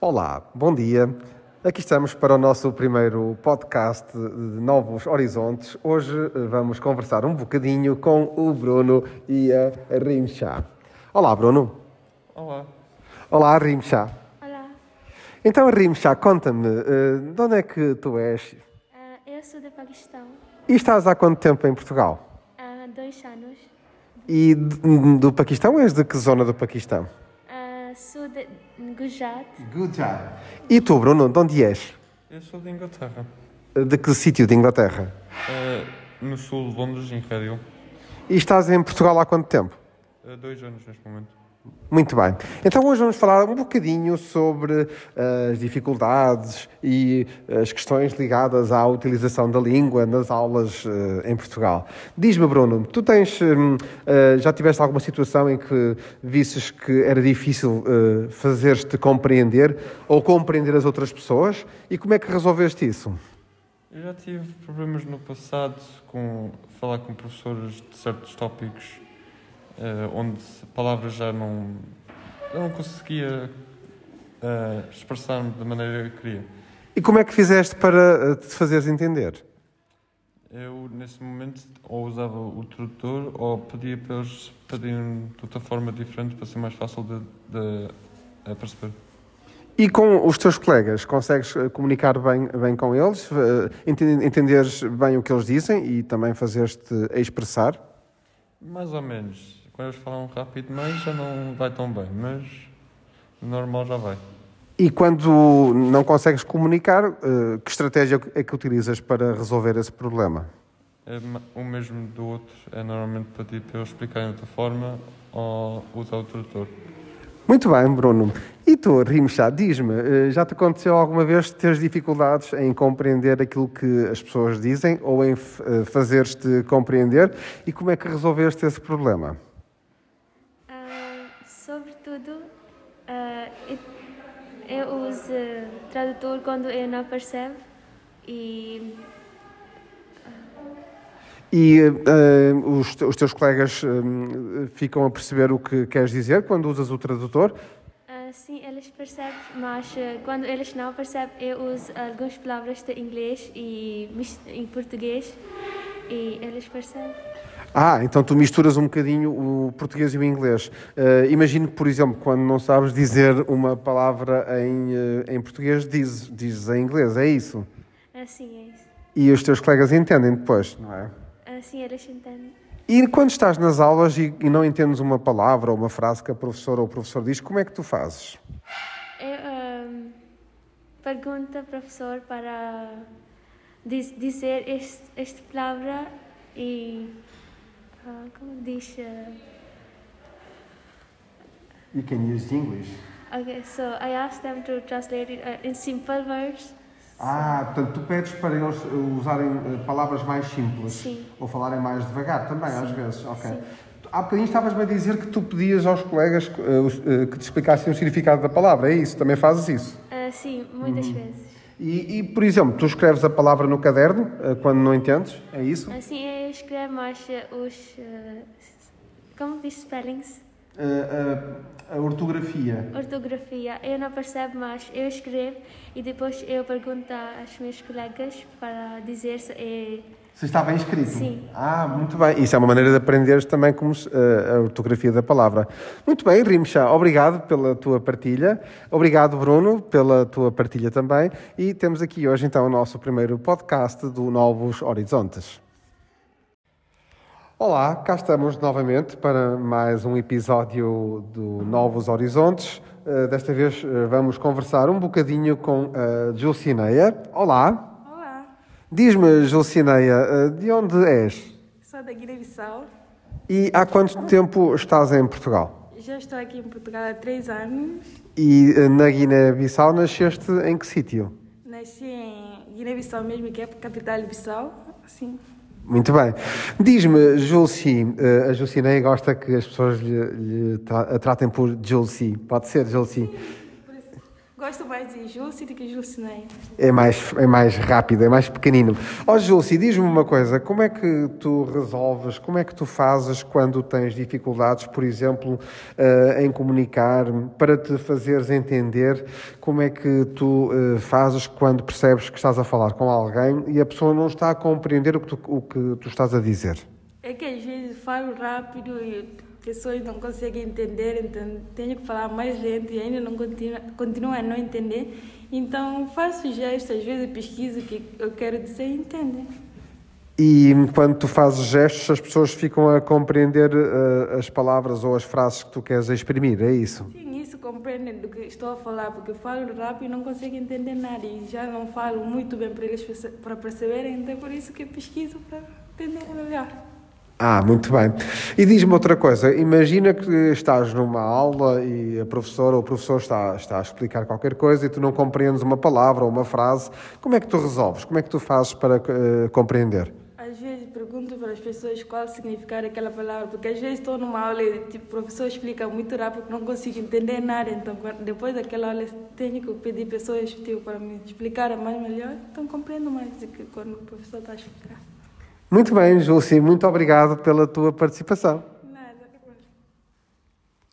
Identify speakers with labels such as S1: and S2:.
S1: Olá, bom dia. Aqui estamos para o nosso primeiro podcast de Novos Horizontes. Hoje eh, vamos conversar um bocadinho com o Bruno e a Rimchá. Olá, Bruno.
S2: Olá.
S1: Olá, Rimchá.
S3: Olá,
S1: Então, Rimchá, conta-me, eh, de onde é que tu és
S3: ah, eu sou do Paquistão
S1: e estás há quanto tempo em Portugal?
S3: há dois anos.
S1: E de- do Paquistão és de que zona do Paquistão?
S3: Ah, sou de Gujarat,
S1: Gujarat. E tu, Bruno, de onde és?
S2: Eu sou da Inglaterra.
S1: De que sítio de Inglaterra?
S2: Eh, no sul de Londres, em Redhill.
S1: E estás em Portugal há quanto tempo?
S2: Eh, dois anos neste momento.
S1: Muito bem. Então hoje vamos falar um bocadinho sobre eh, as dificuldades e eh, as questões ligadas à utilização da língua nas aulas eh, em Portugal. Diz-me, Bruno, tu tens hum, eh, já tiveste alguma situação em que visses que era difícil eh, fazeres-te compreender ou compreender as outras pessoas? E como é que resolveste isso?
S2: Eu já tive problemas no passado com falar com professores de certos tópicos eh, onde palavras já não. Eu não conseguia eh, expressar-me da maneira que eu queria.
S1: E como é que fizeste para eh, te fazeres entender?
S2: Eu, nesse momento, ou usava o tradutor ou pedia para eles pedirem de outra forma diferente para ser mais fácil de, de eh, perceber.
S1: E com os teus colegas, consegues eh, comunicar bem, bem com eles, Eh, enten- entenderes bem o que eles dizem e também fazeres-te expressar?
S2: Mais ou menos. Quando eles falam rápido demais já não vai tão bem, mas normal já vai.
S1: E quando não consegues comunicar, eh, que estratégia é que utilizas para resolver esse problema?
S2: É ma- o mesmo do outro, é normalmente pedir para eles explicarem de outra forma ou usar o tradutor.
S1: Muito bem, Bruno. E tu, Rimchá, diz-me, eh, já te aconteceu alguma vez teres dificuldades em compreender aquilo que as pessoas dizem ou em f- eh, fazeres-te compreender? E como é que resolveste esse problema?
S3: Ah, sobretudo ah, e- eu uso tradutor quando eu não percebo e
S1: E eh, os, te- os teus colegas eh, ficam a perceber o que queres dizer quando usas o tradutor?
S3: ah, sim, eles percebem, mas ah, quando eles não percebem, eu uso algumas palavras de inglês e mis- em português e eles percebem.
S1: Ah, então tu misturas um bocadinho o português e o inglês. Eh, imagino que, por exemplo, quando não sabes dizer uma palavra em, eh, em português, dizes, dizes em inglês, é isso?
S3: Assim é isso.
S1: E os teus colegas entendem depois, não é?
S3: Assim eles entendem.
S1: E quando estás nas aulas e, e não entendes uma palavra ou uma frase que a professora ou o professor diz, como é que tu fazes?
S3: Eu, ehm, pergunto ao professor para diz- dizer este, esta palavra e. ah, como diz? eh,
S1: You can use English.
S3: okay, so I asked them to translate it uh, in simple words.
S1: Ah, portanto, tu pedes para eles eh, usarem eh, palavras mais simples
S3: Sim.
S1: ou falarem mais devagar também, às vezes. Ok.
S3: Sim.
S1: Há bocadinho estavas-me a dizer que tu pedias aos colegas eh, os- eh, que te explicassem o significado da palavra, é isso? Também fazes isso?
S3: Ah, sim, muitas vezes.
S1: E, e, por exemplo, tu escreves a palavra no caderno eh, quando não entendes, é isso?
S3: Assim eu escrevo mais eh, os. eh, s- como diz spellings?
S1: Eh, a- a ortografia.
S3: Ortografia. Eu não percebo, mas eu escrevo e depois eu pergunto aos meus colegas para dizer se é.
S1: Se está bem escrito.
S3: Sim.
S1: Ah, muito bem. Isso é uma maneira de aprenderes também como se- eh, a a ortografia da palavra. Muito bem, Rimchá, obrigado pela tua partilha. Obrigado, Bruno, pela tua partilha também. E temos aqui hoje então o nosso primeiro podcast do Novos Horizontes. Olá, cá estamos novamente para mais um episódio do Novos Horizontes. Eh, desta vez eh, vamos conversar um bocadinho com a Dulcineia. Olá.
S4: Olá,
S1: Diz-me, Gilcineia, eh, de onde és?
S4: sou da Guiné-Bissau.
S1: E há quanto tempo estás em Portugal?
S4: Já estou aqui em Portugal há três anos.
S1: E eh, na Guiné-Bissau nasceste em que sítio?
S4: Nasci em Guiné-Bissau mesmo, que é a capital de Bissau. Sim.
S1: Muito bem. Diz-me, Julci, eh, a Gilcineia gosta que as pessoas lhe, lhe tra- a tratem por Julci. Pode ser, Julci?
S4: Gosto mais de Júlcio do que Julcinei.
S1: É mais, é mais rápido, é mais pequenino. Ó Júlcio, diz-me uma coisa, como é que tu resolves, como é que tu fazes quando tens dificuldades, por exemplo, eh, em comunicar, para te fazeres entender, como é que tu eh, fazes quando percebes que estás a falar com alguém e a pessoa não está a compreender o que tu, o que tu estás a dizer?
S4: É que às vezes falo rápido e pessoas não conseguem entender, então tenho que falar mais lento e ainda não continua, continuam a não entender. Então faço gestos, às vezes pesquiso o que eu quero dizer e entendem.
S1: E quando tu fazes gestos, as pessoas ficam a compreender eh, as palavras ou as frases que tu queres exprimir, é isso?
S4: Sim, isso compreendem do que estou a falar, porque eu falo rápido e não consigo entender nada e já não falo muito bem para eles perce- para perceberem, então é por isso que eu pesquiso para entender melhor.
S1: Ah, muito bem. E diz-me outra coisa. Imagina que estás numa aula e a professora ou o professor está, está a explicar qualquer coisa e tu não compreendes uma palavra ou uma frase. Como é que tu resolves? Como é que tu fazes para eh, compreender?
S4: Às vezes pergunto para as pessoas qual o significado daquela palavra, porque às vezes estou numa aula e tipo, o professor explica muito rápido, não consigo entender nada, então quando- depois daquela aula tenho que pedir pessoas tipo, para me explicar mais melhor, então compreendo mais do que quando o professor está a explicar.
S1: Muito bem, Júlio, muito obrigado pela tua participação.
S4: é